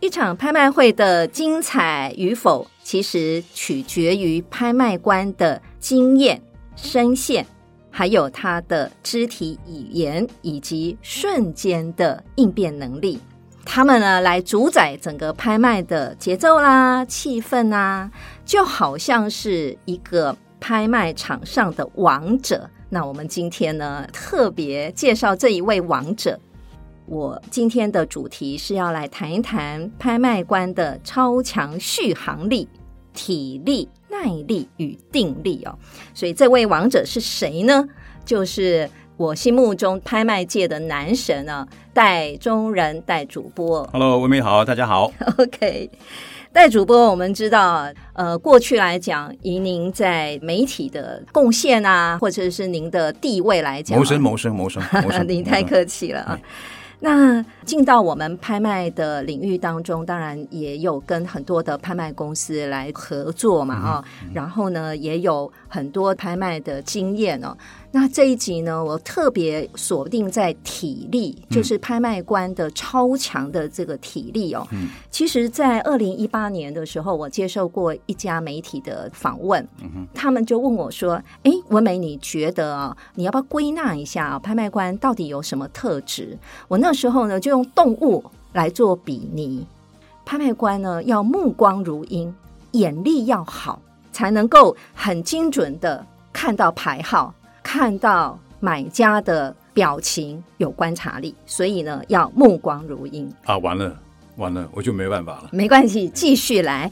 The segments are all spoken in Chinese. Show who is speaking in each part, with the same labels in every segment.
Speaker 1: 一场拍卖会的精彩与否，其实取决于拍卖官的经验、声线，还有他的肢体语言以及瞬间的应变能力。他们呢，来主宰整个拍卖的节奏啦、气氛啊啦，就好像是一个拍卖场上的王者。那我们今天呢，特别介绍这一位王者，我今天的主题是要来谈一谈拍卖官的超强续航力、体力、耐力与定力哦。所以这位王者是谁呢？就是我心目中拍卖界的男神啊，戴中仁戴主播。
Speaker 2: Hello，文梅好，大家 好。
Speaker 1: OK，戴主播，我们知道，呃，过去来讲，以您在媒体的贡献啊，或者是您的地位来讲啊，
Speaker 2: 谋生，谋生，谋生，谋 生。嗯
Speaker 1: 您太
Speaker 2: 谋生
Speaker 1: 客气了啊。那进到我们拍卖的领域当中，当然也有跟很多的拍卖公司来合作嘛啊、然后呢也有很多拍卖的经验哦。那这一集呢，我特别锁定在体力，就是拍卖官的超强的这个体力哦。其实，在二零一八年的时候，我接受过一家媒体的访问，他们就问我说：“哎，文梅，你觉得啊、你要不要归纳一下啊、拍卖官到底有什么特质？”我那时候呢，就用动物来做比拟。拍卖官呢，要目光如鹰，眼力要好，才能够很精准的看到牌号，看到买家的表情，有观察力。所以呢，要目光如鹰。
Speaker 2: 啊，完了，完了，我就没办法了。
Speaker 1: 没关系，继续来。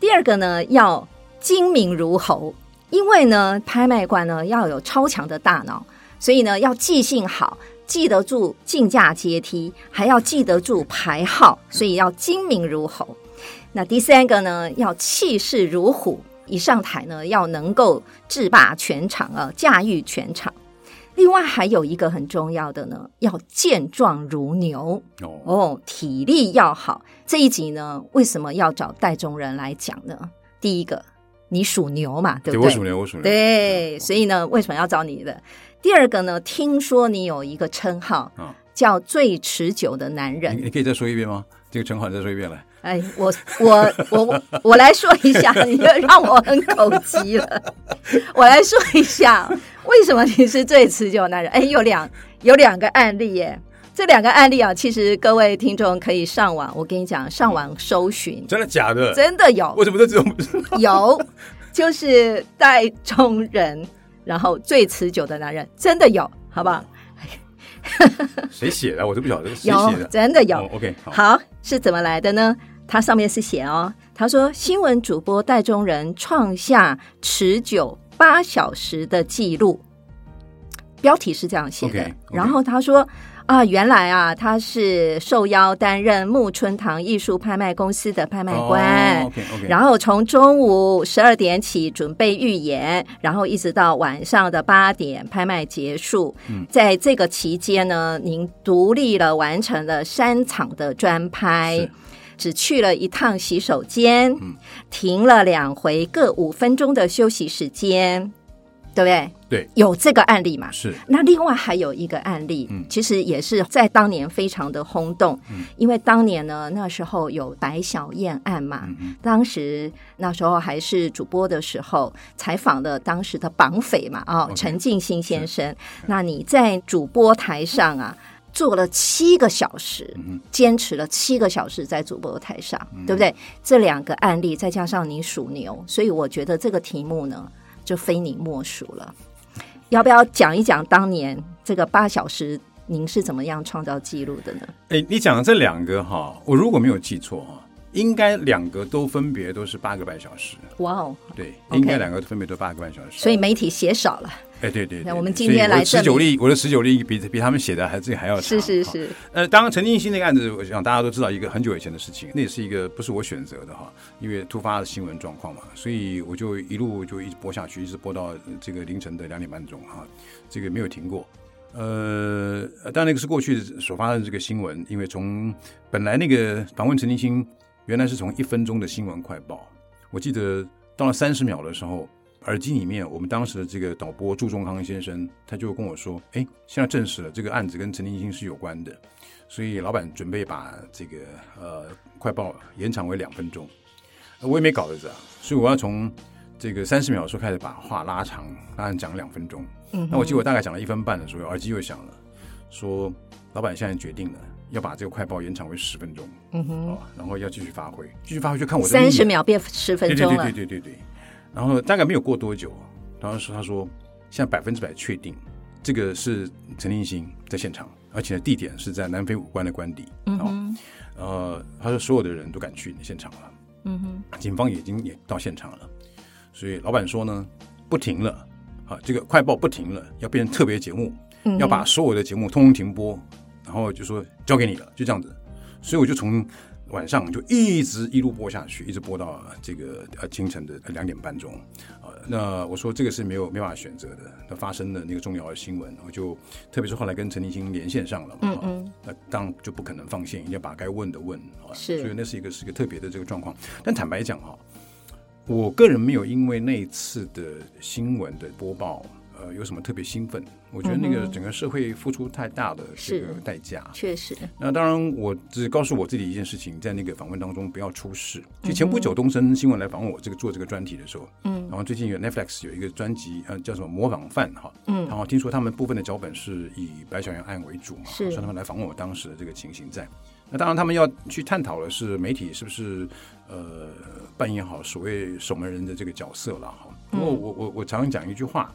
Speaker 1: 第二个呢，要精明如猴，因为呢，拍卖官呢要有超强的大脑，所以呢要记性好，记得住竞价阶梯，还要记得住牌号，所以要精明如猴。那第三个呢，要气势如虎，一上台呢要能够制霸全场啊，驾驭全场。另外还有一个很重要的呢，要健壮如牛。
Speaker 2: 哦，
Speaker 1: 哦，体力要好。这一集呢，为什么要找戴中人来讲呢？第一个，你属牛嘛，对不
Speaker 2: 我
Speaker 1: 对？
Speaker 2: 属牛，我嗯属牛。
Speaker 1: 对，所以呢，为什么要找你的？第二个呢，听说你有一个称号
Speaker 2: 啊
Speaker 1: 叫“最持久的男
Speaker 2: 你
Speaker 1: 人
Speaker 2: 你可以再说一遍吗？这个陈好，你再说一遍来。”。
Speaker 1: 哎，我我我我来说一下，你就让我很口急了。我来说一下，为什么你是最持久的男人？哎，有两有两个案例耶。这两个案例啊，其实各位听众可以上网，我跟你讲，上网搜寻，
Speaker 2: 真的假的？
Speaker 1: 真的有
Speaker 2: 我怎么都这种？
Speaker 1: 有，就是带中人，然后最持久的男人，真的有，好不好？
Speaker 2: 谁写的？我都不晓得谁
Speaker 1: 有
Speaker 2: 写的，。
Speaker 1: 真的有。
Speaker 2: 哦 OK，好。
Speaker 1: 好，是怎么来的呢？它上面是写哦，他说新闻主播戴中仁创下持久八小时的记录，标题是这样写的。
Speaker 2: OK，OK
Speaker 1: 然后他说啊，原来啊，他是受邀担任木春堂艺术拍卖公司的拍卖官。
Speaker 2: OK OK。
Speaker 1: 然后从中午十二点起准备预演，然后一直到晚上的八点拍卖结束。在这个期间呢，您独立了完成了三场的专拍
Speaker 2: 是。
Speaker 1: 只去了一趟洗手间，停了两回各五分钟的休息时间，对不对？
Speaker 2: 对，
Speaker 1: 有这个案例嘛？
Speaker 2: 是
Speaker 1: 那另外还有一个案例，其实也是在当年非常的轰动，因为当年呢，那时候有白小燕案嘛，
Speaker 2: 嗯
Speaker 1: 当时那时候还是主播的时候，采访了当时的绑匪嘛，哦
Speaker 2: OK
Speaker 1: 陈进兴先生。那你在主播台上啊？做了七个小时，坚持了七个小时在主播台上，对不对？这两个案例再加上你属牛，所以我觉得这个题目呢，就非你莫属了。要不要讲一讲当年这个八小时您是怎么样创造记录的呢？
Speaker 2: 哎，你讲的这两个哈，我如果没有记错哈，应该两个都分别都是八个半小时。
Speaker 1: 哇哦，
Speaker 2: 对，
Speaker 1: OK
Speaker 2: 应该两个分别都八个半小时。
Speaker 1: 所以媒体写少了，
Speaker 2: 哎，对对对，
Speaker 1: 那我们今天来
Speaker 2: 十
Speaker 1: 证
Speaker 2: 九
Speaker 1: 明
Speaker 2: 例，我的十九例比比他们写的还自己还要长。
Speaker 1: 是是
Speaker 2: 哈
Speaker 1: 是，
Speaker 2: 呃，当然，陈进兴那个案子，我想大家都知道一个很久以前的事情，那也是一个不是我选择的哈，因为突发的新闻状况嘛，所以我就一路就一直播下去，一直播到呃这个凌晨的两点半钟哈，这个没有停过。呃，但那个是过去所发生的这个新闻，因为从本来那个访问陈进兴，原来是从一分钟的新闻快报，我记得到了三十秒的时候，耳机里面我们当时的这个导播祝仲康先生，他就跟我说：“哎，现在证实了这个案子跟陈立新是有关的，所以老板准备把这个呃快报延长为两分钟。”呃我也没搞得这样，所以我要从这个三十秒的时候开始把话拉长，拉长讲两分钟。
Speaker 1: 嗯哼，
Speaker 2: 那我记得我大概讲了一分半的时候，耳机又响了，说老板现在决定了要把这个快报延长为十分钟
Speaker 1: 嗯
Speaker 2: 啊、
Speaker 1: 哼，
Speaker 2: 然后要继续发挥，继续发挥就看我的
Speaker 1: 三
Speaker 2: 命
Speaker 1: 十
Speaker 2: 了
Speaker 1: 秒变十分钟了
Speaker 2: 对，对对对对对。然后大概没有过多久，然后说他说现在百分之百确定，这个是陈立新在现场，而且地点是在南非武官的官邸。
Speaker 1: 嗯
Speaker 2: 哦，
Speaker 1: 哼，
Speaker 2: 呃，他说所有的人都赶去现场了，
Speaker 1: 嗯哼，
Speaker 2: 警方已经也到现场了，所以老板说呢，不停了。啊，这个快报不停了，要变成特别节目，
Speaker 1: 嗯哼
Speaker 2: 要把所有的节目通通停播，然后就说交给你了，就这样子。所以我就从晚上就一直一路播下去，一直播到这个呃清晨的两点半钟。啊、那我说这个是没有没办法选择的，那发生的那个重要的新闻，我就特别是后来跟陈立新连线上了嘛，
Speaker 1: 嗯
Speaker 2: 啊
Speaker 1: 嗯
Speaker 2: 那当然就不可能放线，一定要把该问的问啊。
Speaker 1: 是
Speaker 2: 所以那是一个是一个特别的这个状况。但坦白讲哈、我个人没有因为那一次的新闻的播报。呃，有什么特别兴奋？我觉得那个整个社会付出太大的这个
Speaker 1: 是
Speaker 2: 代价，
Speaker 1: 确实，
Speaker 2: 那当然，我只告诉我自己一件事情，在那个访问当中不要出事。就前不久东森新闻来访问我这个做这个专题的时候，
Speaker 1: 嗯，
Speaker 2: 然后最近有 Netflix 有一个专辑，呃，叫什么模仿犯哈，
Speaker 1: 嗯
Speaker 2: 然后听说他们部分的脚本是以白小羊案为主嘛，
Speaker 1: 是
Speaker 2: 所以他们来访问我当时的这个情形在。那当然，他们要去探讨的是媒体是不是呃扮演好所谓守门人的这个角色了哈。不过我我我常常讲一句话，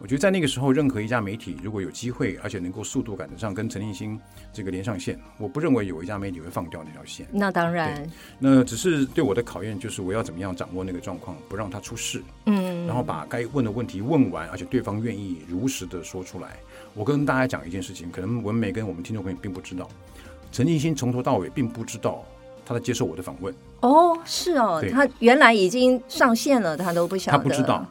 Speaker 2: 我觉得在那个时候，任何一家媒体如果有机会，而且能够速度赶得上跟陈立新这个连上线，我不认为有一家媒体会放掉那条线。
Speaker 1: 那当然，
Speaker 2: 那只是对我的考验就是我要怎么样掌握那个状况，不让它出事，
Speaker 1: 嗯，
Speaker 2: 然后把该问的问题问完，而且对方愿意如实的说出来。我跟大家讲一件事情，可能文梅跟我们听众朋友并不知道，陈立新从头到尾并不知道他在接受我的访问，
Speaker 1: 哦，是哦，
Speaker 2: 对
Speaker 1: 他原来已经上线了，他都不晓
Speaker 2: 他
Speaker 1: 得，
Speaker 2: 不知道。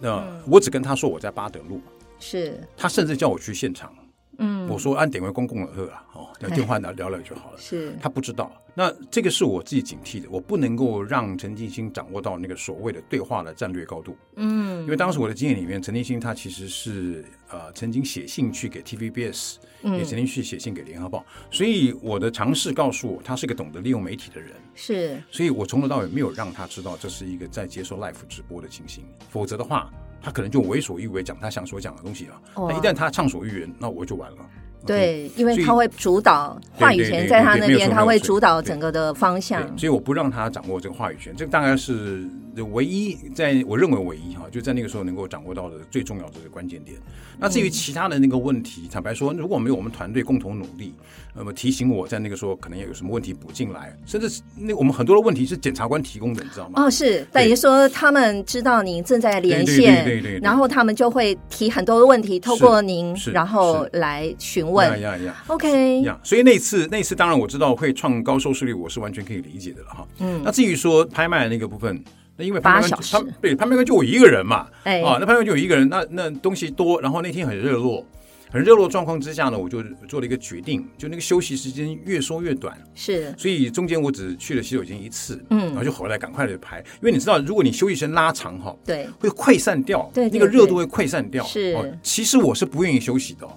Speaker 2: 那我只跟他说我在巴德路，
Speaker 1: 是，
Speaker 2: 他甚至叫我去现场。
Speaker 1: 嗯，
Speaker 2: 我说按点为公共了啊，哦，那电话聊聊聊就 好了。
Speaker 1: 是，
Speaker 2: 他不知道，那这个是我自己警惕的，我不能够让陈进兴掌握到那个所谓的对话的战略高度，
Speaker 1: 嗯
Speaker 2: 因为当时我的经验里面，陈进兴他其实是呃曾经写信去给 TVBS，也
Speaker 1: 嗯
Speaker 2: 曾经去写信给联合报，所以我的尝试告诉我，他是个懂得利用媒体的人，
Speaker 1: 是，
Speaker 2: 所以我从头到尾没有让他知道这是一个在接受 live 直播的情形，否则的话，他可能就为所欲为，讲他想所讲的东西了。
Speaker 1: 哇
Speaker 2: 那一旦他畅所欲言，那我就完了。
Speaker 1: 哦对，因为
Speaker 2: 所以
Speaker 1: 他会主导
Speaker 2: 对
Speaker 1: 话语
Speaker 2: 对
Speaker 1: 权
Speaker 2: 对
Speaker 1: 在
Speaker 2: 对
Speaker 1: 他
Speaker 2: 对
Speaker 1: 那
Speaker 2: 没有
Speaker 1: 边，
Speaker 2: 错
Speaker 1: 他
Speaker 2: 没有
Speaker 1: 会
Speaker 2: 错
Speaker 1: 主导
Speaker 2: 对
Speaker 1: 整个的方向
Speaker 2: 对，。所以我不让他掌握这个话语权，这个大概是唯一在我认为唯一哈，就在那个时候能够掌握到的最重要的这个关键点。那至于其他的那个问题，坦白说，如果没有我们团队共同努力，那么提醒我在那个时候可能也有什么问题补进来，甚至是那我们很多的问题是检察官提供的，你知道吗？
Speaker 1: 哦，是等于说他们知道您正在连
Speaker 2: 对对
Speaker 1: 线，
Speaker 2: 对对对对
Speaker 1: 然后他们就会提很多的问题，透过您，
Speaker 2: 是
Speaker 1: 然后来询
Speaker 2: 呀
Speaker 1: 问。
Speaker 2: 呀呀！
Speaker 1: OK，
Speaker 2: 呀，所以那次那次当然我知道会创高收视率，我是完全可以理解的了哈。
Speaker 1: 嗯
Speaker 2: 那至于说拍卖的那个部分，那因为
Speaker 1: 八
Speaker 2: 拍卖
Speaker 1: 小
Speaker 2: 官
Speaker 1: 时
Speaker 2: 他对拍卖官就我一个人嘛，
Speaker 1: 哎
Speaker 2: 啊，那拍卖官就我一个人，那那东西多，然后那天很热络，很热络的状况之下呢，我就做了一个决定，就那个休息时间越缩越短，
Speaker 1: 是，
Speaker 2: 所以中间我只去了洗手间一次，
Speaker 1: 嗯
Speaker 2: 然后就回来赶快的拍，因为你知道，如果你休息时间拉长哈，
Speaker 1: 对，
Speaker 2: 会溃散掉，
Speaker 1: 对对
Speaker 2: 那个热
Speaker 1: 对
Speaker 2: 度会溃散掉。
Speaker 1: 是
Speaker 2: 哦，其实我是不愿意休息的、哦。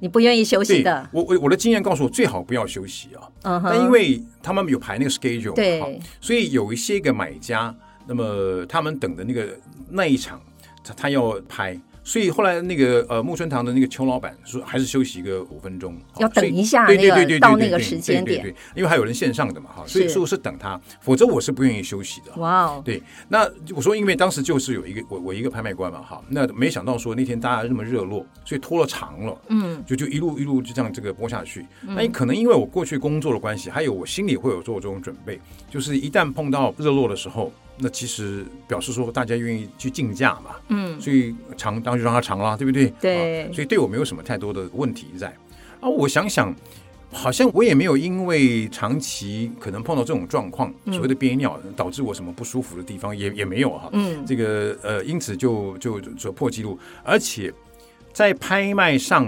Speaker 1: 你不愿意休息
Speaker 2: 对
Speaker 1: 的，，
Speaker 2: 我我我的经验告诉我，最好不要休息啊。
Speaker 1: 嗯
Speaker 2: 但因
Speaker 1: 哼，
Speaker 2: 为他们有排那个 schedule，嘛
Speaker 1: 对
Speaker 2: 哈所以有一些个买家，那么他们等的那个那一场，他他要拍，所以后来那个呃木村堂的那个邱老板说，还是休息个五分钟，哈
Speaker 1: 要等
Speaker 2: 所以
Speaker 1: 一下
Speaker 2: 对
Speaker 1: 那
Speaker 2: 对
Speaker 1: 个
Speaker 2: 对对对
Speaker 1: 到
Speaker 2: 对
Speaker 1: 那个
Speaker 2: 对
Speaker 1: 时
Speaker 2: 对
Speaker 1: 间
Speaker 2: 对
Speaker 1: 点
Speaker 2: 对因为还有人线上的嘛哈，所以
Speaker 1: 是
Speaker 2: 说是等他，否则我是不愿意休息的。
Speaker 1: 哇哦，
Speaker 2: 对，那我说，因为当时就是有一个我我一个拍卖官嘛，哈，那没想到说那天大家这么热络，所以拖了长了，
Speaker 1: 嗯，
Speaker 2: 就就一路一路就这样这个播下去。那也可能因为我过去工作的关系，还有我心里会有做这种准备，就是一旦碰到热络的时候，那其实表示说大家愿意去竞价嘛，
Speaker 1: 嗯，
Speaker 2: 所以长当然就让它长了，对不对？
Speaker 1: 对
Speaker 2: 啊所以对我没有什么太多的问题在。啊，我想想，好像我也没有因为长期可能碰到这种状况，所谓的憋尿导致我什么不舒服的地方也也没有哈、
Speaker 1: 嗯
Speaker 2: 这个呃，因此就就就破纪录，而且在拍卖上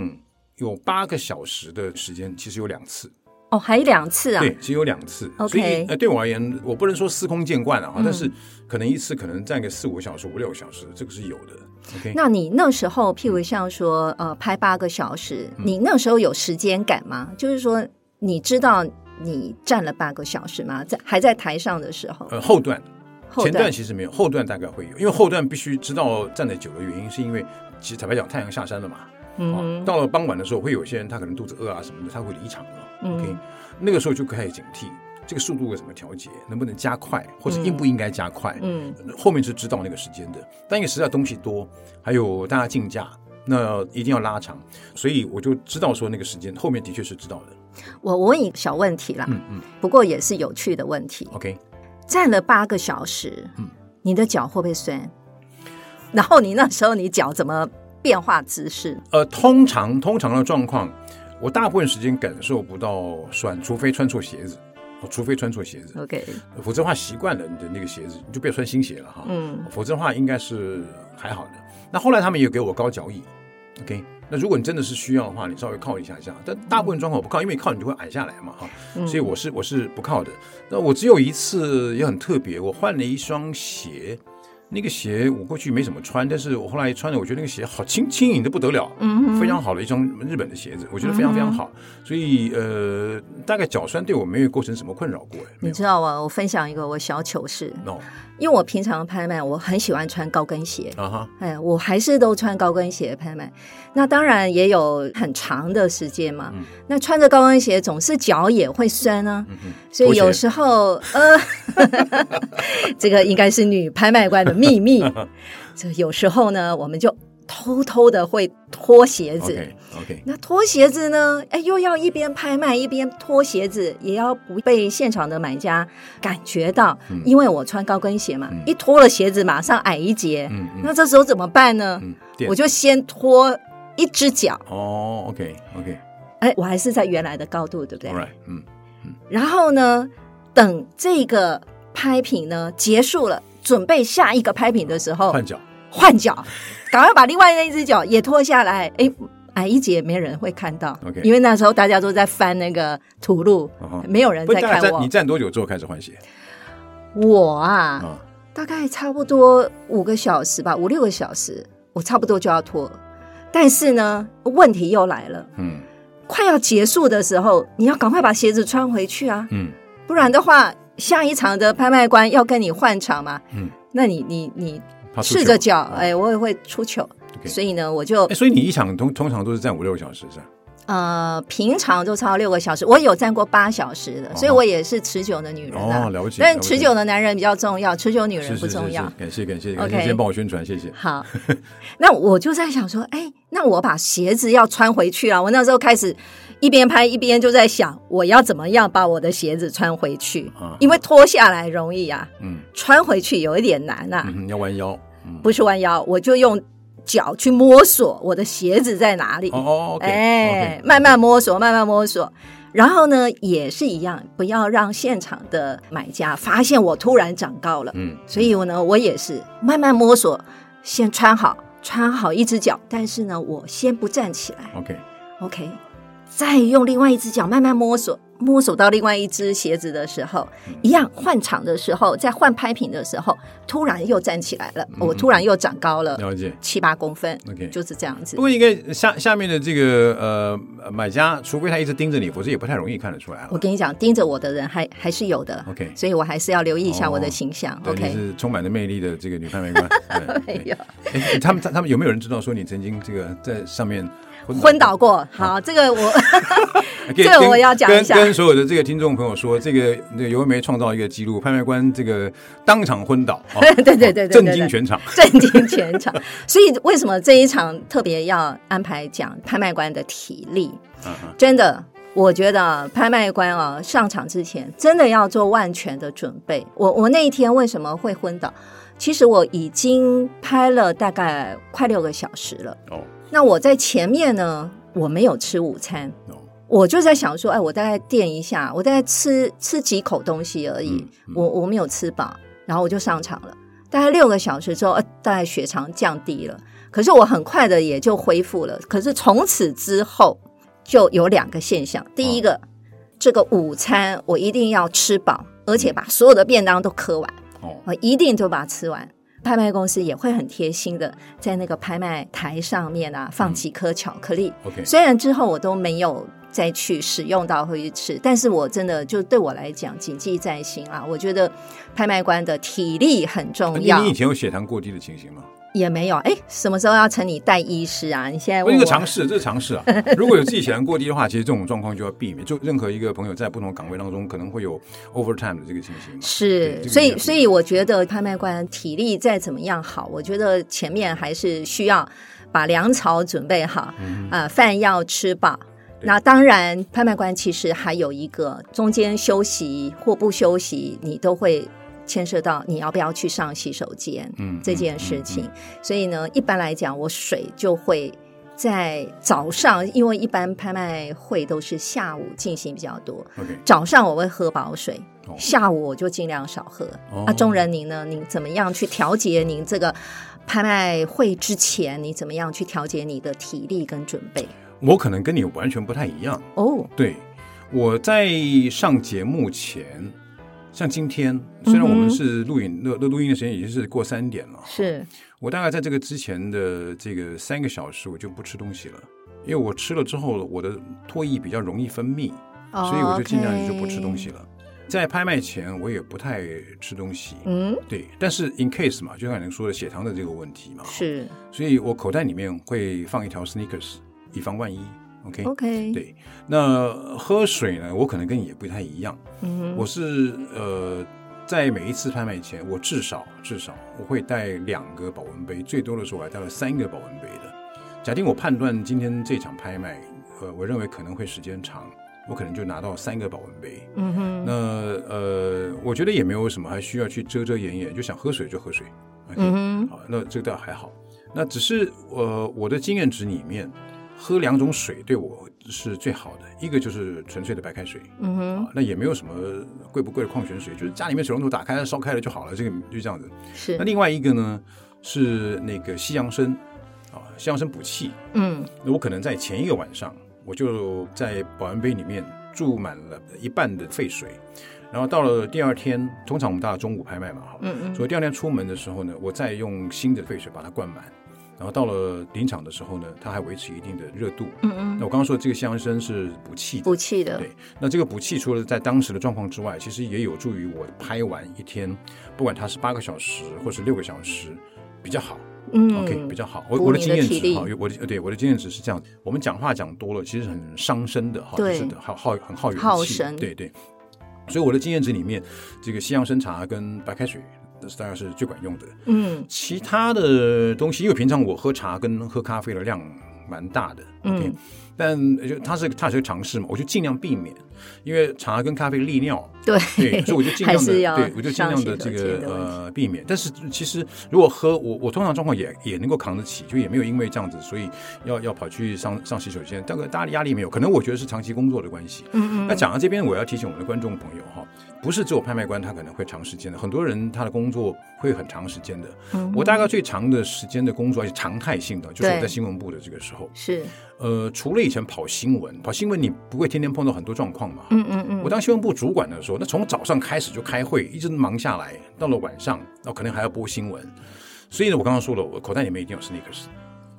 Speaker 2: 有八个小时的时间，其实有两次。
Speaker 1: 哦，还两次啊，
Speaker 2: 对，只有两次。
Speaker 1: OK
Speaker 2: 所以呃，对我而言，我不能说司空见惯啊了哈，
Speaker 1: 嗯
Speaker 2: 但是可能一次可能占个四五个小时、五六个小时，这个是有的。OK，
Speaker 1: 那你那时候，譬如像说，呃，拍八个小时，
Speaker 2: 嗯
Speaker 1: 你那时候有时间感吗？就是说，你知道你站了八个小时吗？在还在台上的时候，
Speaker 2: 呃，后段
Speaker 1: 后
Speaker 2: 前段其实没有，后段大概会有，因为后段必须知道站得久的原因，是因为其实坦白讲，太阳下山了嘛。
Speaker 1: 嗯
Speaker 2: 啊，
Speaker 1: 哼
Speaker 2: 到了傍晚的时候，会有些人他可能肚子饿啊什么的，他会离场了。
Speaker 1: 嗯
Speaker 2: OK，那个时候就开始警惕，这个速度有什么调节，能不能加快，或者应不应该加快？
Speaker 1: 嗯
Speaker 2: 后面是知道那个时间的，但因为实在东西多，还有大家竞价，那一定要拉长，所以我就知道说那个时间后面的确是知道的。
Speaker 1: 我我问你小问题啦，
Speaker 2: 嗯嗯
Speaker 1: 不过也是有趣的问题。
Speaker 2: ，OK，
Speaker 1: 站了八个小时，
Speaker 2: 嗯
Speaker 1: 你的脚会不会酸？ 然后你那时候你脚怎么变化姿势？
Speaker 2: 呃，通常通常的状况，我大部分时间感受不到酸，除非穿错鞋子，哦除非穿错鞋子，
Speaker 1: OK，
Speaker 2: 否则的话习惯了你的那个鞋子，你就不要穿新鞋了哈。
Speaker 1: 嗯
Speaker 2: 否则的话应该是还好的。那后来他们也给我高脚椅，OK。那如果你真的是需要的话，你稍微靠一下下，但大部分状况我不靠，因为靠你就会矮下来嘛哈。
Speaker 1: 嗯
Speaker 2: 所以我是我是不靠的。那我只有一次也很特别，我换了一双鞋，那个鞋我过去没怎么穿，但是我后来穿了，我觉得那个鞋好轻轻盈的不得了，
Speaker 1: 嗯
Speaker 2: 非常好的一双日本的鞋子，我觉得非常非常好。所以呃，大概脚酸对我没有构成什么困扰过，哎没
Speaker 1: 你
Speaker 2: 有。
Speaker 1: 知道吗？我分享一个我小糗事，
Speaker 2: no
Speaker 1: 因为我平常拍卖，我很喜欢穿高跟鞋。
Speaker 2: 啊哈，
Speaker 1: 哎，我还是都穿高跟鞋拍卖。那当然也有很长的时间嘛。那穿着高跟鞋，总是脚也会酸啊。所以有时候，呃， 这个应该是女拍卖官的秘密。这有时候呢，我们就偷偷的会脱鞋子。
Speaker 2: OK OK，
Speaker 1: 那脱鞋子呢？哎，又要一边拍卖一边脱鞋子，也要不被现场的买家感觉到，
Speaker 2: 嗯
Speaker 1: 因为我穿高跟鞋嘛，一脱了鞋子马上矮一截，
Speaker 2: 嗯嗯
Speaker 1: 那这时候怎么办呢？
Speaker 2: 嗯，对
Speaker 1: 我就先脱一只脚，
Speaker 2: 哦，OK OK，
Speaker 1: 哎，我还是在原来的高度，对不对
Speaker 2: All right，嗯，
Speaker 1: 然后呢，等这个拍品呢结束了，准备下一个拍品的时候，
Speaker 2: 换脚，
Speaker 1: 换脚，赶快把另外那一只脚也脱下来。哎，矮一截没人会看到
Speaker 2: OK
Speaker 1: 因为那时候大家都在翻那个图录
Speaker 2: 嗯哼
Speaker 1: 没有人
Speaker 2: 不是
Speaker 1: 在
Speaker 2: 大概
Speaker 1: 看
Speaker 2: 站
Speaker 1: 我
Speaker 2: 你。站多久之后开始换鞋
Speaker 1: 我啊，
Speaker 2: 啊？
Speaker 1: 大概差不多五个小时吧，五六个小时，我差不多就要脱。但是呢，问题又来了，
Speaker 2: 嗯
Speaker 1: 快要结束的时候，你要赶快把鞋子穿回去啊，
Speaker 2: 嗯，
Speaker 1: 不然的话，下一场的拍卖官要跟你换场嘛。
Speaker 2: 嗯，
Speaker 1: 那你你你
Speaker 2: 怕出
Speaker 1: 赤着
Speaker 2: 糗嗯
Speaker 1: 脚，哎，我也会出糗。
Speaker 2: OK
Speaker 1: 所以呢，我就
Speaker 2: 哎，所以你一场通通常都是站五六个小时是吧？
Speaker 1: 呃，平常都超六个小时，我有站过八小时的，
Speaker 2: 哦
Speaker 1: 所以我也是持久的女人啊。
Speaker 2: 哦，了解。
Speaker 1: 但
Speaker 2: 了解
Speaker 1: 持久的男人比较重要，持久女人
Speaker 2: 是
Speaker 1: 不
Speaker 2: 是是
Speaker 1: 重要。
Speaker 2: 是，感谢感谢感谢，
Speaker 1: OK
Speaker 2: 今天帮我宣传，谢谢。
Speaker 1: 好，那我就在想说，哎，那我把鞋子要穿回去啊。我那时候开始一边拍一边就在想，我要怎么样把我的鞋子穿回去
Speaker 2: 啊，
Speaker 1: 因为脱下来容易啊，
Speaker 2: 嗯
Speaker 1: 穿回去有一点难啊。
Speaker 2: 嗯，要弯腰。嗯，
Speaker 1: 不是弯腰，我就用脚去摸索我的鞋子在哪里。
Speaker 2: 哦哦，OK，
Speaker 1: 哎
Speaker 2: OK，
Speaker 1: 慢慢摸索，慢慢摸索。然后呢，也是一样，不要让现场的买家发现我突然长高了。
Speaker 2: 嗯，
Speaker 1: 所以我呢，我也是慢慢摸索，先穿好，穿好一只脚，但是呢，我先不站起来
Speaker 2: 嗯 OK，
Speaker 1: ，OK，再用另外一只脚慢慢摸索，摸索到另外一只鞋子的时候，
Speaker 2: 嗯
Speaker 1: 一样换场的时候，在换拍品的时候，突然又站起来了，我突然又长高了
Speaker 2: 了解。
Speaker 1: 七八公分
Speaker 2: 嗯 OK
Speaker 1: 就是这样子
Speaker 2: 不。过应该下下面的这个呃买家，除非他一直盯着你，否则也不太容易看得出来了
Speaker 1: 我。跟你讲，盯着我的人还还是有的
Speaker 2: OK 哦
Speaker 1: 所以我还是要留意一下我的形象。
Speaker 2: 对，你
Speaker 1: OK，
Speaker 2: 是充满了魅力的这个女贩 卖官。哎
Speaker 1: 哎
Speaker 2: 对
Speaker 1: 呦，
Speaker 2: 哎，他们他他们有没有人知道说你曾经这个在上面
Speaker 1: 昏倒过。好，这个 我
Speaker 2: 可以
Speaker 1: 这个
Speaker 2: 跟
Speaker 1: 我要讲一下
Speaker 2: 跟跟所有的这个听众朋友说，这个那个尤文梅创造一个记录，拍卖官这个当场 昏倒，哦
Speaker 1: 对对对对对
Speaker 2: 震惊全场。
Speaker 1: 震惊全场。所以为
Speaker 2: 嗯
Speaker 1: 什么这一场特别要安排讲拍卖官的体力？真的，我觉得啊拍卖官啊上场之前真的要做万全的准备。我我那一天为什么会昏倒？其实我已经拍了大概快六个小时了。
Speaker 2: 哦
Speaker 1: 那我在前面呢，我没有吃午餐，
Speaker 2: 哦，
Speaker 1: 我就在想说，哎，我大概垫一下，我大概吃吃几口东西而已，
Speaker 2: 嗯嗯
Speaker 1: 我我没有吃饱，然后我就上场了。大概六个小时之后，呃、大概血糖降低了，可是我很快的也就恢复了。可是从此之后就有两个现
Speaker 2: 哦
Speaker 1: 象，第一个，这个午餐我一定要吃饱，而且把所有的便当都磕完。
Speaker 2: 哦，
Speaker 1: 我一定就把它吃完。拍卖公司也会很贴心的，在那个拍卖台上面啊放几颗巧克力。
Speaker 2: OK
Speaker 1: 虽然之后我都没有再去使用到会去吃，但是我真的就对我来讲谨记在心啊。我觉得拍卖官的体力很重
Speaker 2: 你
Speaker 1: 要，
Speaker 2: 你以前有血糖过低的情形吗？
Speaker 1: 也没有哎，什么时候要成你带医师啊？你现在
Speaker 2: 不
Speaker 1: 问
Speaker 2: 是哦一
Speaker 1: 我
Speaker 2: 个尝试，这是 尝试啊。如果有自己血糖过低的话，其实这种状况就要避免。就任何一个朋友在不同岗位当中，可能会有 overtime 的这个情形
Speaker 1: 是，
Speaker 2: 嘛。对这个
Speaker 1: 所
Speaker 2: 一定
Speaker 1: 以
Speaker 2: 要
Speaker 1: 所以我觉得拍卖官体力再怎么样好，我觉得前面还是需要把粮草准备好，啊、饭要吃饱。
Speaker 2: 嗯对
Speaker 1: 那当然，拍卖官其实还有一个中间休息或不休息，你都会牵涉到你要不要去上洗手间，
Speaker 2: 嗯
Speaker 1: 这件事情。所以呢，一般来讲，我水就会在早上，因为一般拍卖会都是下午进行比较多，
Speaker 2: 嗯 OK，
Speaker 1: 早上我会喝饱水，
Speaker 2: 哦
Speaker 1: 下午我就尽量少喝。
Speaker 2: 哦
Speaker 1: 啊，中人您呢？您怎么样去调节您这个拍卖会之前，你怎么样去调节你的体力跟准备？
Speaker 2: 我可能跟你完全不太一样。
Speaker 1: 哦，
Speaker 2: 对，我在上节目前，像今天，虽然我
Speaker 1: 嗯
Speaker 2: 们
Speaker 1: 哼
Speaker 2: 是录影录录录音的时间已经是过三点了，
Speaker 1: 是
Speaker 2: 我大概在这个之前的这个三个小时，我就不吃东西了。因为我吃了之后，我的唾液比较容易分泌，所以我就尽量就不吃东西。
Speaker 1: 哦
Speaker 2: 了。在拍卖前，我也不太吃东西。
Speaker 1: 嗯，
Speaker 2: 对，但是 in case 嘛，就像您说的血糖的这个问题嘛，，
Speaker 1: 是
Speaker 2: 所以我口袋里面会放一条 sneakers，以防万一。OK，,
Speaker 1: OK，，
Speaker 2: 哎对。那喝水呢，我可能跟你也不太一样，
Speaker 1: 嗯
Speaker 2: 我是呃，在每一次拍卖前，我至少至少我会带两个保温杯，最多的时候我还带了三个保温杯的。假定我判断今天这场拍卖，呃，我认为可能会时间长，我可能就拿到三个保温杯。
Speaker 1: 嗯哼，
Speaker 2: 那呃，我觉得也没有什么还需要去遮遮掩掩，就想喝水就喝水。OK，
Speaker 1: 嗯
Speaker 2: 好，那这个倒还好。那只是呃，我的经验值里面，喝两种水对我是最好的，一个就是纯粹的白开水，
Speaker 1: 哼，嗯哼，
Speaker 2: 啊，那也没有什么贵不贵的矿泉水，就是家里面水龙头打开了烧开了就好了，这个就这样子。那
Speaker 1: 是，
Speaker 2: 另外一个呢是那个西洋参，啊，西洋参补气。
Speaker 1: 嗯
Speaker 2: 那我可能在前一个晚上，我就在保温杯里面注满了一半的沸水，然后到了第二天，通常我们大家中午拍卖嘛，哈，
Speaker 1: 嗯嗯，
Speaker 2: 所以第二天出门的时候呢，我再用新的沸水把它灌满，然后到了临场的时候呢，它还维持一定的热度。
Speaker 1: 嗯嗯，
Speaker 2: 那我刚刚说这个西洋参是补气的
Speaker 1: 补气的，
Speaker 2: 对，那这个补气除了在当时的状况之外，其实也有助于我拍完一天，不管它是八个小时或是六个小时，比较好。
Speaker 1: 嗯
Speaker 2: OK，比较好。我
Speaker 1: 补
Speaker 2: 我的
Speaker 1: 你
Speaker 2: 经
Speaker 1: 的
Speaker 2: 验
Speaker 1: 体
Speaker 2: 值
Speaker 1: 力
Speaker 2: 哈，我的对我的经验值是这样，我们讲话讲多了，其实很伤身的哈，就
Speaker 1: 对
Speaker 2: 是的耗耗很耗元气，
Speaker 1: 耗神
Speaker 2: 对对。所以我的经验值里面，这个西洋参茶跟白开水。那是大概是最管用的，
Speaker 1: 嗯
Speaker 2: 其他的东西，因为平常我喝茶跟喝咖啡的量蛮大的，OK，
Speaker 1: 嗯，
Speaker 2: 但就它是它是个尝试嘛，我就尽量避免，因为茶跟咖啡利尿，
Speaker 1: 对
Speaker 2: 对，所以我就尽
Speaker 1: 还
Speaker 2: 量的，
Speaker 1: 是要
Speaker 2: 对我就尽
Speaker 1: 上
Speaker 2: 量
Speaker 1: 洗
Speaker 2: 的
Speaker 1: 手
Speaker 2: 这
Speaker 1: 间
Speaker 2: 个
Speaker 1: 的问题
Speaker 2: 呃避免。但是其实如果喝我我通常状况也也能够扛得起，就也没有因为这样子，所以要要跑去上上洗手间，大概大家压力没有，可能我觉得是长期工作的关系。
Speaker 1: 嗯嗯，
Speaker 2: 那讲到这边，我要提醒我们的观众朋友哈，不是只有拍卖官他可能会长时间的，很多人他的工作会很长时间的。
Speaker 1: 嗯
Speaker 2: 我大概最长的时间的工作，而且常态性的，就是我
Speaker 1: 对
Speaker 2: 在新闻部的这个时候。
Speaker 1: 是，
Speaker 2: 呃，除了以前跑新闻，跑新闻你不会天天碰到很多状况嘛。
Speaker 1: 嗯嗯嗯，
Speaker 2: 我当新闻部主管的时候，那从早上开始就开会，一直忙下来，到了晚上，那可能还要播新闻。所以呢，我刚刚说了，我口袋里面一定有 sneakers。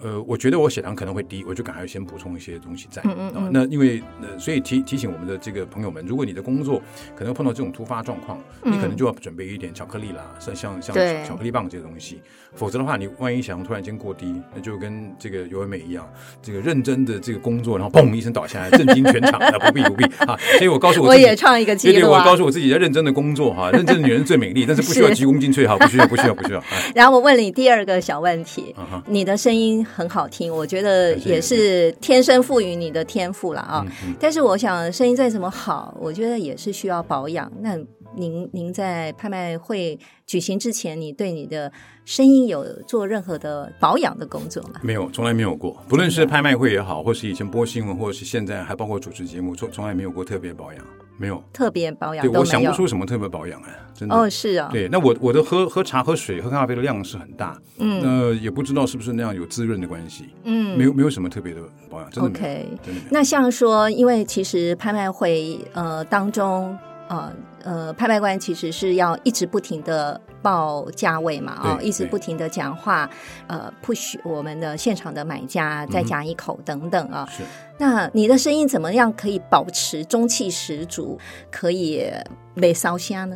Speaker 2: 呃，我觉得我血糖可能会低，我就赶快先补充一些东西在。
Speaker 1: 嗯嗯嗯
Speaker 2: 啊那因为呃，所以提提醒我们的这个朋友们，如果你的工作可能碰到这种突发状况，你可能就要准备一点巧克力啦，像像像
Speaker 1: 嗯对
Speaker 2: 巧克力棒这些东西，否则的话，你万一血糖突然间过低，那就跟这个尤文美一样，这个认真的这个工作，然后砰一声倒下来，震惊全场。啊，不必不必 啊！所以我告诉我
Speaker 1: 我
Speaker 2: 自己
Speaker 1: 也创一个
Speaker 2: 对
Speaker 1: 记
Speaker 2: 对，
Speaker 1: 录
Speaker 2: 我
Speaker 1: 啊。
Speaker 2: 告诉我自己要认真的工作哈，认真的女人最美丽，但是不需要
Speaker 1: 是
Speaker 2: 鞠躬尽瘁哈，不需要不需要不需要。啊
Speaker 1: 然后我问了你第二个小问题，
Speaker 2: 嗯哼
Speaker 1: 你的声音很好听，我觉得
Speaker 2: 感谢嗯
Speaker 1: 也
Speaker 2: 你
Speaker 1: 是天生赋予你的天赋了啊。但是我想，声音再怎么好，我觉得也是需要保养。那您您在拍卖会举行之前，你对你的声音有做任何的保养的工作吗？
Speaker 2: 没有，从来没有过。不论是拍卖会也好，或是以前播新闻，或者是现在，还包括主持节目，从从来没有过特别保养，没有。
Speaker 1: 特别保养
Speaker 2: 对，
Speaker 1: 都
Speaker 2: 我想
Speaker 1: 没
Speaker 2: 不
Speaker 1: 有。
Speaker 2: 出什么特别保养哎，真的。
Speaker 1: 哦，是啊，
Speaker 2: 对，那我我的喝喝茶、喝水、喝咖啡的量是很大，
Speaker 1: 嗯
Speaker 2: 那也不知道是不是那样有滋润的关系，
Speaker 1: 嗯，
Speaker 2: 没有没有什么特别的保养，真的没有
Speaker 1: OK，
Speaker 2: 真的没有。
Speaker 1: 那像说，因为其实拍卖会呃当中，呃呃，拍卖官其实是要一直不停的报价位嘛，啊、
Speaker 2: 对
Speaker 1: 一直
Speaker 2: 对
Speaker 1: 不停的讲话，呃，push 我们的现场的买家再夹一口等等啊、
Speaker 2: 是，
Speaker 1: 那你的声音怎么样可以保持中气十足，可以没烧瞎呢？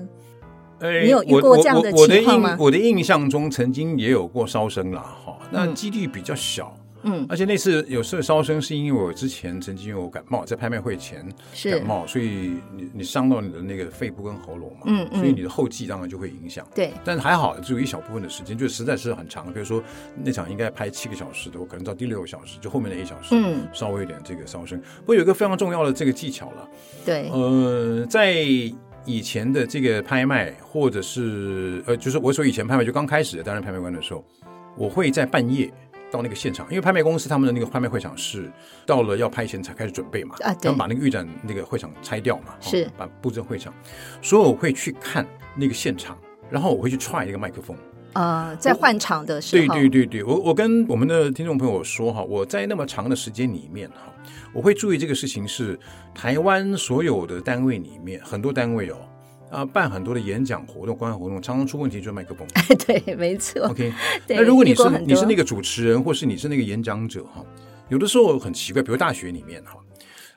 Speaker 2: 哎
Speaker 1: 你有遇
Speaker 2: 我
Speaker 1: 过这样的
Speaker 2: 我我我的
Speaker 1: 情况
Speaker 2: 印
Speaker 1: 吗
Speaker 2: 我的印象中曾经也有过烧声啦，哈，那几率比较小。
Speaker 1: 嗯，
Speaker 2: 而且那次有事烧声，是因为我之前曾经有感冒，在拍卖会前
Speaker 1: 是
Speaker 2: 感，冒，所以你你伤到你的那个肺部跟喉咙嘛，
Speaker 1: 嗯嗯
Speaker 2: 所以你的后继当然就会影响。
Speaker 1: 对，
Speaker 2: 但是还好，只有一小部分的时间，就实在是很长。比如说那场应该拍七个小时的，我可能到第六个小时，就后面的一小时，
Speaker 1: 嗯，
Speaker 2: 稍微有点这个烧声。不过有一个非常重要的这个技巧了，
Speaker 1: 对，
Speaker 2: 呃，在以前的这个拍卖，或者是呃，就是我说以前拍卖就刚开始担任拍卖官的时候，我会在半夜到那个现场，因为拍卖公司他们的那个拍卖会场是到了要拍前才开始准备嘛，
Speaker 1: 啊对
Speaker 2: 他们把那个预展那个会场拆掉嘛，哦
Speaker 1: 是
Speaker 2: 把布置会场，所以我会去看那个现场，然后我会去踹那个麦克风。
Speaker 1: 呃，在换场的时
Speaker 2: 对
Speaker 1: 候，
Speaker 2: 对对对，我我跟我们的听众朋友说哈，我在那么长的时间里面哈，我会注意这个事情是台湾所有的单位里面很多单位哦。啊，办很多的演讲活动、关爱活动，常常出问题就是麦 克风。
Speaker 1: 对没错，
Speaker 2: OK，
Speaker 1: 对
Speaker 2: 那如果你
Speaker 1: 遇过
Speaker 2: 是
Speaker 1: 很
Speaker 2: 你是
Speaker 1: 多
Speaker 2: 那个主持人，或是你是那个演讲者哈，有的时候很奇怪，比如大学里面哈，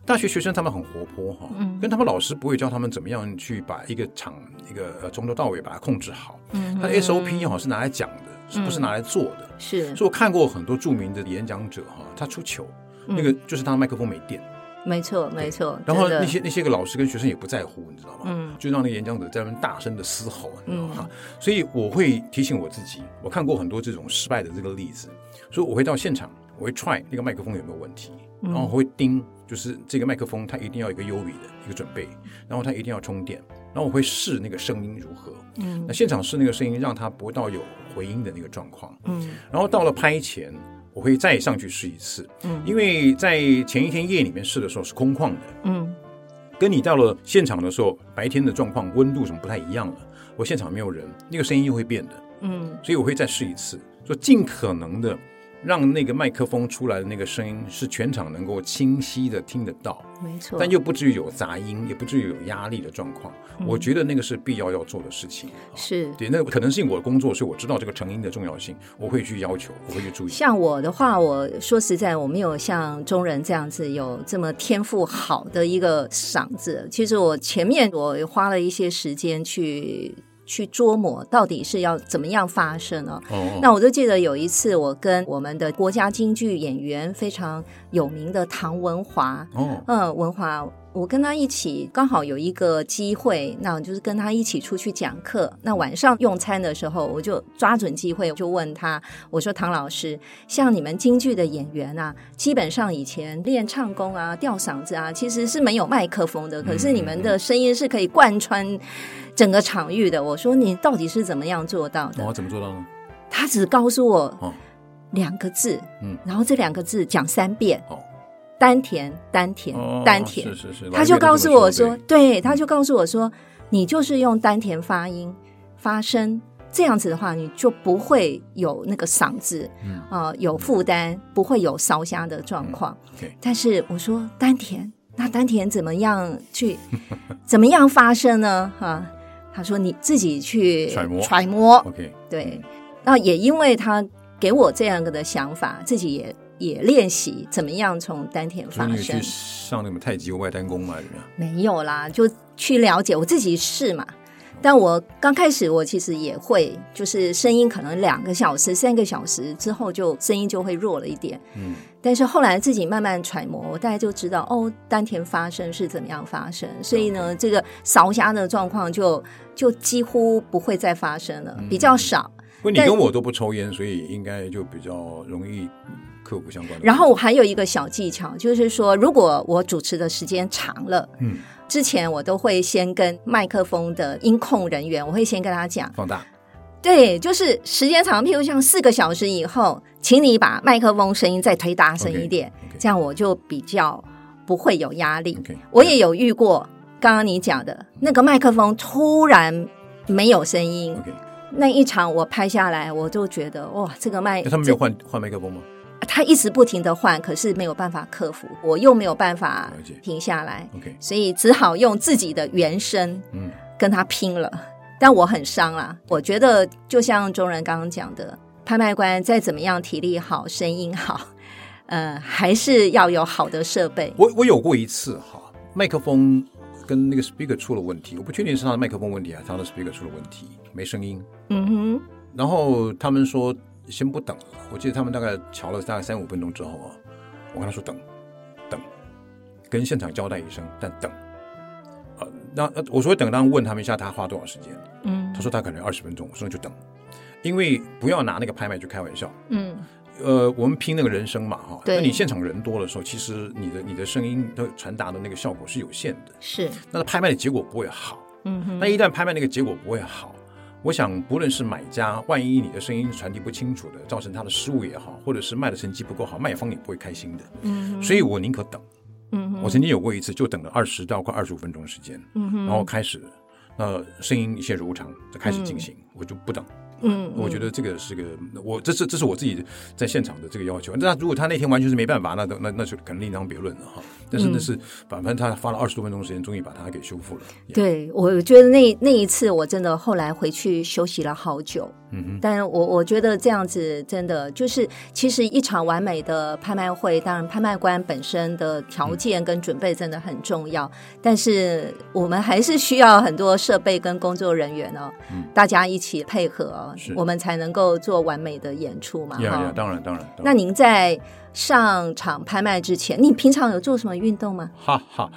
Speaker 2: 大学学生他们很活泼哈，
Speaker 1: 嗯
Speaker 2: 跟他们老师不会教他们怎么样去把一个场一个呃从头到尾把它控制好，嗯，他的 SOP 哈是拿来讲的，是不
Speaker 1: 嗯
Speaker 2: 是拿来做的？
Speaker 1: 是
Speaker 2: 所以我看过很多著名的演讲者哈，他出糗，那个就是他的麦克风没电，
Speaker 1: 没错没错，
Speaker 2: 然后
Speaker 1: 嗯真的嗯
Speaker 2: 那些那些个老师跟学生也不在乎，你知道吗？就让那个演讲者在那边大声的嘶吼，你知道吗？所以我会提醒我自己，我看过很多这种失败的这个例子，所以我会到现场，我会 try 那个麦克风有没有问题，
Speaker 1: 嗯
Speaker 2: 然后我会盯，就是这个麦克风它一定要有一个优比的一个准备，
Speaker 1: 嗯
Speaker 2: 然后它一定要充电，然后我会试那个声音如何，嗯，那现场试那个声音，让它不到有回音的那个状况，嗯，然后到了拍前。我会再上去试一次，嗯，因为在前一天夜里面试的时候是空旷的，
Speaker 1: 嗯
Speaker 2: 跟你到了现场的时候，白天的状况、温度什么不太一样了。我现场没有人，那个声音又会变的，
Speaker 1: 嗯
Speaker 2: 所以我会再试一次，就尽可能的让那个麦克风出来的那个声音是全场能够清晰的听得到，
Speaker 1: 没错，
Speaker 2: 但又不至于有杂音，也不至于有压力的状况。我觉得那个是必要要做的事情。
Speaker 1: 嗯是
Speaker 2: 对，那可能是因为我的工作，所以我知道这个成因的重要性，我会去要求，我会去注意。
Speaker 1: 像我的话，我说实在，我没有像中人这样子有这么天赋好的一个嗓子。其实我前面我花了一些时间去去琢磨，到底是要怎么样发声哦。
Speaker 2: 哦，
Speaker 1: 那我就记得有一次，我跟我们的国家京剧演员非常有名的唐文华，
Speaker 2: 哦，
Speaker 1: 嗯，文华，我跟他一起刚好有一个机会，那我就是跟他一起出去讲课。那晚上用餐的时候，我就抓准机会就问他，我说唐老师，像你们京剧的演员啊，基本上以前练唱功啊、吊嗓子啊，其实是没有麦克风的，可是你们的声音是可以贯穿。整个场域的，我说你到底是怎么样做到的？
Speaker 2: 哦，怎么做到呢？
Speaker 1: 他只告诉我
Speaker 2: 哦
Speaker 1: 两个字，
Speaker 2: 嗯
Speaker 1: 然后这两个字讲三遍，
Speaker 2: 哦
Speaker 1: 丹田，丹田，
Speaker 2: 哦，
Speaker 1: 丹田，
Speaker 2: 是是是，
Speaker 1: 他就告诉我说
Speaker 2: 对，
Speaker 1: 对，
Speaker 2: 嗯
Speaker 1: 他就告诉我说，你就是用丹田发音发声，这样子的话，你就不会有那个嗓子
Speaker 2: 嗯
Speaker 1: 啊、呃有负担，不会有烧瞎的状况。
Speaker 2: ，OK
Speaker 1: 但是我说丹田，那丹田怎么样去，怎么样发声呢？哈、他说你自己去
Speaker 2: 揣摩嗯
Speaker 1: 揣摩
Speaker 2: OK，
Speaker 1: 对，那也因为他给我这样的想法，自己也也练习怎么样从丹田
Speaker 2: 所
Speaker 1: 发
Speaker 2: 以你有
Speaker 1: 声
Speaker 2: 去。上那个太极外丹功嘛？怎么样？
Speaker 1: 没有啦，就去了解我自己试嘛。但我刚开始，我其实也会，就是声音可能两个小时、三个小时之后就，声音就会弱了一点。
Speaker 2: 嗯，
Speaker 1: 但是后来自己慢慢揣摩，我大概就知道哦，丹田发声是怎么样发声。所以呢，这个勺虾的状况就就几乎不会再发生了，比较少。
Speaker 2: 不过你
Speaker 1: 但
Speaker 2: 跟我都不抽烟，所以应该就比较容易客户相关的。
Speaker 1: 然后我还有一个小技巧，就是说，如果我主持的时间长了，
Speaker 2: 嗯，
Speaker 1: 之前我都会先跟麦克风的音控人员，我会先跟他讲，
Speaker 2: 放大，
Speaker 1: 对，就是时间长，譬如像四个小时以后，请你把麦克风声音再推大声一点
Speaker 2: OK，OK
Speaker 1: 这样我就比较不会有压力。
Speaker 2: OK，
Speaker 1: 我也有遇过，刚刚你讲的那个麦克风突然没有声音，
Speaker 2: OK，
Speaker 1: 那一场我拍下来，我就觉得哇，这个麦
Speaker 2: 那他们没有换换麦克风吗？
Speaker 1: 这他一直不停的换，可是没有办法克服，我又没有办法
Speaker 2: 了解
Speaker 1: 停下来，
Speaker 2: OK，
Speaker 1: 所以只好用自己的原声
Speaker 2: 嗯，
Speaker 1: 跟他拼了。但我很伤啦，我觉得就像中人刚刚讲的，拍卖官再怎么样体力好、声音好， 呃，还是要有好的设备。
Speaker 2: 我我有过一次哈，麦克风跟那个 speaker 出了问题，我不确定是他的麦克风问题还是他的 speaker 出了问题，没声音。
Speaker 1: 嗯哼，
Speaker 2: 然后他们说先不等了，我记得他们大概瞧了大概三五分钟之后啊，我跟他说等，等，跟现场交代一声，但等。呃，那呃我说等，呃当然问他们一下他花多少时间，
Speaker 1: 嗯
Speaker 2: 他说他可能二十分钟，我说那就等，因为不要拿那个拍卖去开玩笑。
Speaker 1: 嗯，
Speaker 2: 呃，我们拼那个人声嘛，哈，
Speaker 1: 对
Speaker 2: 那你现场人多的时候，其实你的你的声音的传达的那个效果是有限的，
Speaker 1: 是，
Speaker 2: 那拍卖的结果不会好。
Speaker 1: 嗯哼，
Speaker 2: 那一旦拍卖那个结果不会好，我想不论是买家，万一你的声音传递不清楚的，造成他的失误也好，或者是卖的成绩不够好，卖方也不会开心的。
Speaker 1: 嗯哼，
Speaker 2: 所以我宁可等。
Speaker 1: 嗯哼，
Speaker 2: 我曾经有过一次，就等了二十到快二十五分钟时间，
Speaker 1: 嗯哼，
Speaker 2: 然后开始，那声音一切如常，就开始进行，我就不等。
Speaker 1: 嗯，
Speaker 2: 我觉得这个是个，我这是这是我自己在现场的这个要求。那如果他那天完全是没办法，那那那就可能另当别论了哈。但
Speaker 1: 嗯
Speaker 2: 是那是，反正他花了二十多分钟时间，终于把它给修复了。也，
Speaker 1: 对，我觉得那那一次我真的后来回去休息了好久，
Speaker 2: 嗯哼，
Speaker 1: 但我我觉得这样子真的就是，其实一场完美的拍卖会，当然拍卖官本身的
Speaker 2: 嗯
Speaker 1: 条件跟准备真的很重要，但是我们还是需要很多设备跟工作人员哦，大家一起配合哦、
Speaker 2: 嗯是
Speaker 1: 我们才能够做完美的演出嘛。
Speaker 2: 呀
Speaker 1: 哈
Speaker 2: 呀，当然当然。当然
Speaker 1: 那您在上场拍卖之前，你平常有做什么运动吗？
Speaker 2: 哈哈，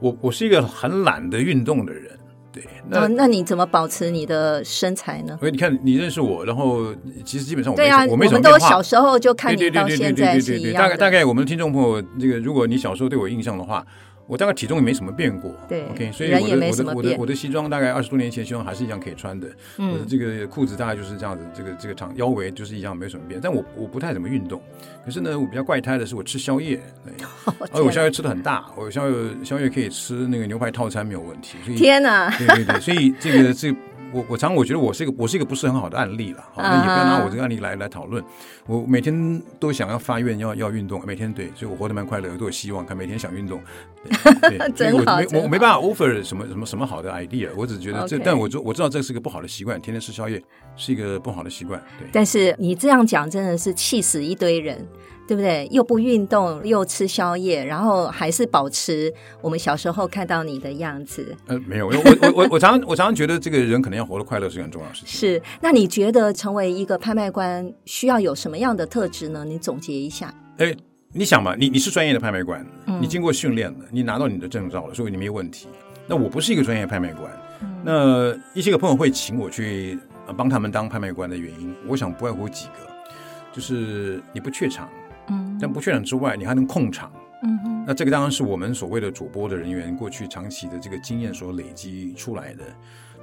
Speaker 2: 我我是一个很懒得运动的人，对，那。
Speaker 1: 啊，那你怎么保持你的身材呢？
Speaker 2: 所以你看，你认识我，然后其实基本上我没
Speaker 1: 对
Speaker 2: 什
Speaker 1: 啊，
Speaker 2: 我
Speaker 1: 我
Speaker 2: 没什么
Speaker 1: 们
Speaker 2: 变
Speaker 1: 都
Speaker 2: 化
Speaker 1: 小。时候就看你
Speaker 2: 对对对
Speaker 1: 到
Speaker 2: 对对
Speaker 1: 现在
Speaker 2: 对
Speaker 1: 是
Speaker 2: 对
Speaker 1: 一
Speaker 2: 对，
Speaker 1: 样
Speaker 2: 大概
Speaker 1: 的。
Speaker 2: 大概我们的听众朋友，这个如果你小时候对我有印象的话，我大概体重也没什么变过。
Speaker 1: 对
Speaker 2: ，OK，所以
Speaker 1: 人也
Speaker 2: 我的
Speaker 1: 没
Speaker 2: 我
Speaker 1: 什么
Speaker 2: 的我的
Speaker 1: 变嗯
Speaker 2: 我的西装大概二十多年前西装还是一样可以穿的，我的这个裤子大概就是这样子，这个这个长腰围就是一样没什么变。但我我不太怎么运动，可是呢，我比较怪胎的是我吃宵夜，对，而我宵夜吃的很大，我宵夜宵夜可以吃那个牛排套餐没有问题，所以
Speaker 1: 天哪，
Speaker 2: 对对对，所以这个这个我我常我觉得我是一个我是一个不是很好的案例了，好，那也
Speaker 1: 啊
Speaker 2: 不要拿我这个案例来来讨论。我每天都想要发愿要要运动，每天对，所以我活得蛮快乐，都有希望，看每天想运动。对，对
Speaker 1: 真
Speaker 2: 所以
Speaker 1: 好
Speaker 2: 我
Speaker 1: 真
Speaker 2: 没
Speaker 1: 好
Speaker 2: 我我没办法 offer 什么什么什么好的 idea，我只觉得这，
Speaker 1: OK
Speaker 2: 但我知我知道这是个不好的习惯，天天吃宵夜是一个不好的习惯。对，
Speaker 1: 但是你这样讲真的是气死一堆人，对不对？又不运动，又吃宵夜，然后还是保持我们小时候看到你的样子。
Speaker 2: 呃，没有，我我我我常我常常觉得这个人可能要活得快乐是个很重要的事情。
Speaker 1: 是，那你觉得成为一个拍卖官需要有什么样的特质呢？你总结一下。
Speaker 2: 哎，你想嘛，你你是专业的拍卖官，你经过训练的，你拿到你的证照了，所以你没有问题。那我不是一个专业拍卖官，那一些个朋友会请我去呃帮他们当拍卖官的原因，我想不外乎几个，就是你不怯场，
Speaker 1: 嗯
Speaker 2: 但不怯场之外，你还能控场。
Speaker 1: 嗯哼
Speaker 2: 那这个当然是我们所谓的主播的人员过去长期的这个经验所累积出来的。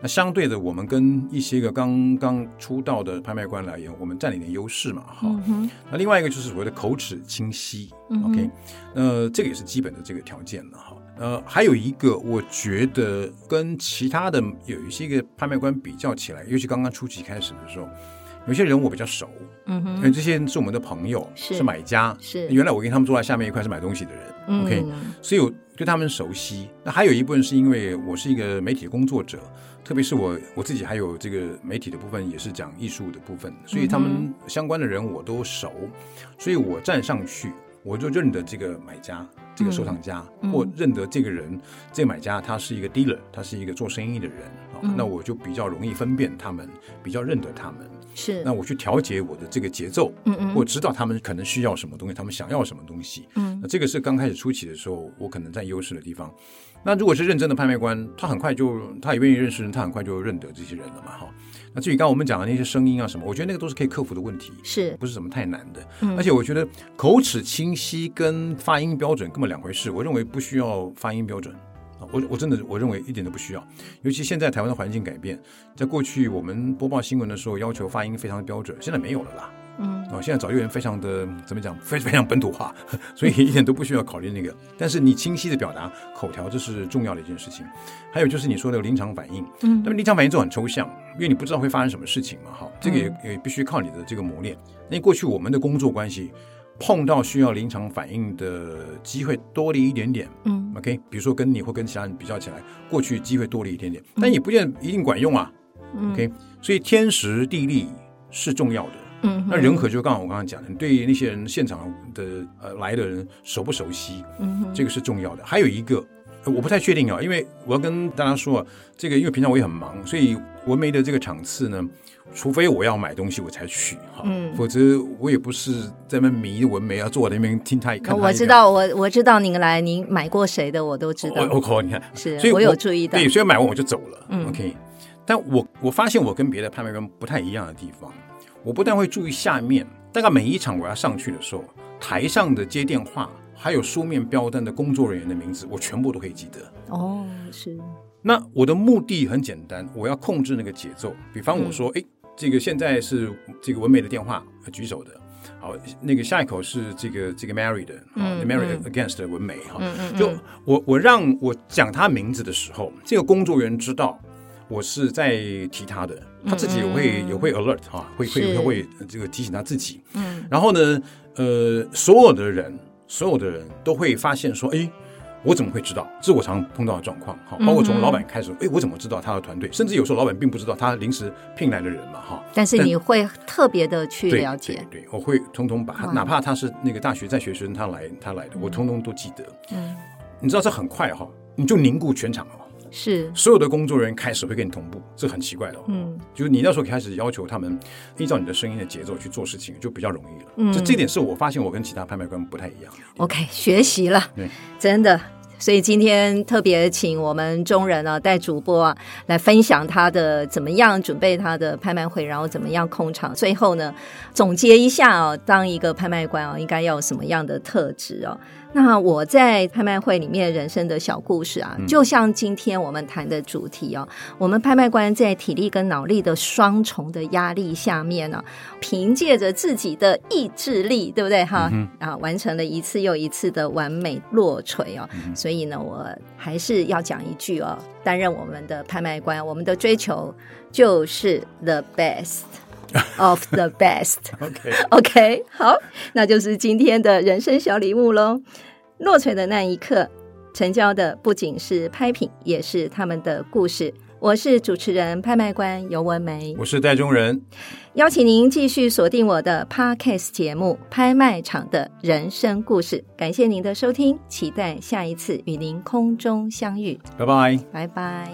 Speaker 2: 那相对的，我们跟一些个刚刚出道的拍卖官来言，我们占领点优势嘛，哈、
Speaker 1: 嗯哼
Speaker 2: 那另外一个就是所谓的口齿清晰、
Speaker 1: 嗯哼
Speaker 2: o k 呃，这个也是基本的这个条件了哈。呃，还有一个，我觉得跟其他的有一些个拍卖官比较起来，尤其刚刚初期开始的时候，有些人我比较熟，
Speaker 1: 嗯
Speaker 2: 因
Speaker 1: 哼，
Speaker 2: 为这些人是我们的朋友，
Speaker 1: 是
Speaker 2: 买家，
Speaker 1: 是
Speaker 2: 原来我跟他们坐在下面一块是买东西的人、o k
Speaker 1: 嗯
Speaker 2: 所以我对他们熟悉。那还有一部分是因为我是一个媒体工作者，特别是我我自己还有这个媒体的部分，也是讲艺术的部分，所以他们
Speaker 1: 嗯
Speaker 2: 相关的人我都熟，所以我站上去我就认得这个买家。这个收藏家，
Speaker 1: 嗯
Speaker 2: 或认得这个人，这个买家，他是一个 dealer，他是一个做生意的人，啊、
Speaker 1: 嗯
Speaker 2: 那我就比较容易分辨他们，比较认得他们。
Speaker 1: 是
Speaker 2: 那我去调节我的这个节奏，
Speaker 1: 嗯嗯
Speaker 2: 或指导他们可能需要什么东西，他们想要什么东西。
Speaker 1: 嗯
Speaker 2: 那这个是刚开始初期的时候，我可能占优势的地方。那如果是认真的拍卖官，他很快就他也愿意认识人，他很快就认得这些人了嘛哈。那至于刚刚我们讲的那些声音啊什么，我觉得那个都是可以克服的问题，
Speaker 1: 是
Speaker 2: 不是什么太难的。
Speaker 1: 嗯
Speaker 2: 而且我觉得口齿清晰跟发音标准根本两回事，我认为不需要发音标准。啊我我真的我认为一点都不需要，尤其现在台湾的环境改变，在过去我们播报新闻的时候要求发音非常的标准，现在没有了啦。
Speaker 1: 嗯
Speaker 2: 哦，现在找艺人非常的怎么讲，非非常本土化， 所以一点都不需要考虑那个。但是你清晰的表达口条，这是重要的一件事情。还有就是你说的临场反应，那
Speaker 1: 嗯
Speaker 2: 么临场反应这种很抽象，因为你不知道会发生什么事情嘛，哈，这个也
Speaker 1: 嗯
Speaker 2: 也必须靠你的这个磨练。因为过去我们的工作关系，碰到需要临场反应的机会多了一点点。
Speaker 1: 嗯
Speaker 2: OK，比如说跟你或跟其他人比较起来，过去机会多了一点点，但也不见得一定管用啊。
Speaker 1: 嗯
Speaker 2: OK，所以天时地利是重要的。
Speaker 1: 嗯，
Speaker 2: 那人和就刚好我刚刚讲的，你对那些人现场的呃来的人熟不熟悉，
Speaker 1: 嗯哼
Speaker 2: 这个是重要的。还有一个，呃我不太确定啊，因为我要跟大家说，啊，这个因为平常我也很忙，所以文媒的这个场次呢，除非我要买东西我才去哈，
Speaker 1: 嗯
Speaker 2: 否则我也不是在那边迷文媒，要坐在那边听他看他一个
Speaker 1: 哦我知。道，我我知道您来，您买过谁的我都知
Speaker 2: 我
Speaker 1: 道，
Speaker 2: 我靠，你看，
Speaker 1: 是
Speaker 2: 哦所以
Speaker 1: 我有注意到
Speaker 2: 对，，所以买完我就走了。
Speaker 1: 嗯
Speaker 2: OK，但我我发现我跟别的拍卖官不太一样的地方，我不但会注意下面，大概每一场我要上去的时候，台上的接电话还有书面标单的工作人员的名字，我全部都可以记得。
Speaker 1: 哦，是，
Speaker 2: 那我的目的很简单，我要控制那个节奏。比方
Speaker 1: 嗯
Speaker 2: 我说，哎、这个现在是这个文美的电话呃举手的，好，那个下一口是这个这个 Mary 的，
Speaker 1: 嗯
Speaker 2: 啊 Mary
Speaker 1: 嗯
Speaker 2: against 的文美哈，
Speaker 1: 嗯嗯嗯
Speaker 2: 就我我让我讲他名字的时候，这个工作人员知道我是在提他的，他自己也
Speaker 1: 嗯
Speaker 2: 会、
Speaker 1: 嗯嗯
Speaker 2: 也会 alert 哈、会会
Speaker 1: 是
Speaker 2: 会会呃这个提醒他自己。
Speaker 1: 嗯
Speaker 2: 然后呢，呃，所有的人，所有的人都会发现说，哎，我怎么会知道？这是我常碰到的状况，哈，包括
Speaker 1: 嗯
Speaker 2: 从
Speaker 1: 哼
Speaker 2: 老板开始，哎，我怎么知道他的团队？甚至有时候老板并不知道他临时聘来的人嘛，哈。
Speaker 1: 但是
Speaker 2: 但
Speaker 1: 你会特别的去
Speaker 2: 对
Speaker 1: 了解，嗯
Speaker 2: 对，对我会通通把他，
Speaker 1: 哇
Speaker 2: 哪怕他是那个大学在学生，他来他来的，我通通都记得。
Speaker 1: 嗯，
Speaker 2: 你知道这很快哈，你就凝固全场哦，
Speaker 1: 是，
Speaker 2: 所有的工作人员开始会跟你同步，这很奇怪的哦。
Speaker 1: 嗯
Speaker 2: 就是你那时候开始要求他们依照你的声音的节奏去做事情，就比较容易了。
Speaker 1: 嗯
Speaker 2: 这这点是我发现我跟其他拍卖官不太一样。
Speaker 1: ，OK，学习了
Speaker 2: 对，
Speaker 1: 真的。所以今天特别请我们中人啊，带主播啊来分享他的怎么样准备他的拍卖会，然后怎么样控场。最后呢，总结一下啊，当一个拍卖官啊，应该要有什么样的特质啊？那我在拍卖会里面人生的小故事啊，就像今天我们谈的主题哦、我们拍卖官在体力跟脑力的双重的压力下面啊呢、凭借着自己的意志力，对不对哈？啊，完成了一次又一次的完美落锤哦、所以呢，我还是要讲一句哦，担任我们的拍卖官，我们的追求就是 the best of the best。
Speaker 2: OK，
Speaker 1: OK，好，那就是今天的人生小礼物喽。落锤的那一刻，成交的不仅是拍品，也是他们的故事。我是主持人、拍卖官尤文梅，
Speaker 2: 我是戴中仁，
Speaker 1: 邀请您继续锁定我的 Podcast 节目《拍卖场的人生故事》。感谢您的收听，期待下一次与您空中相遇，
Speaker 2: 拜拜。
Speaker 1: 拜拜。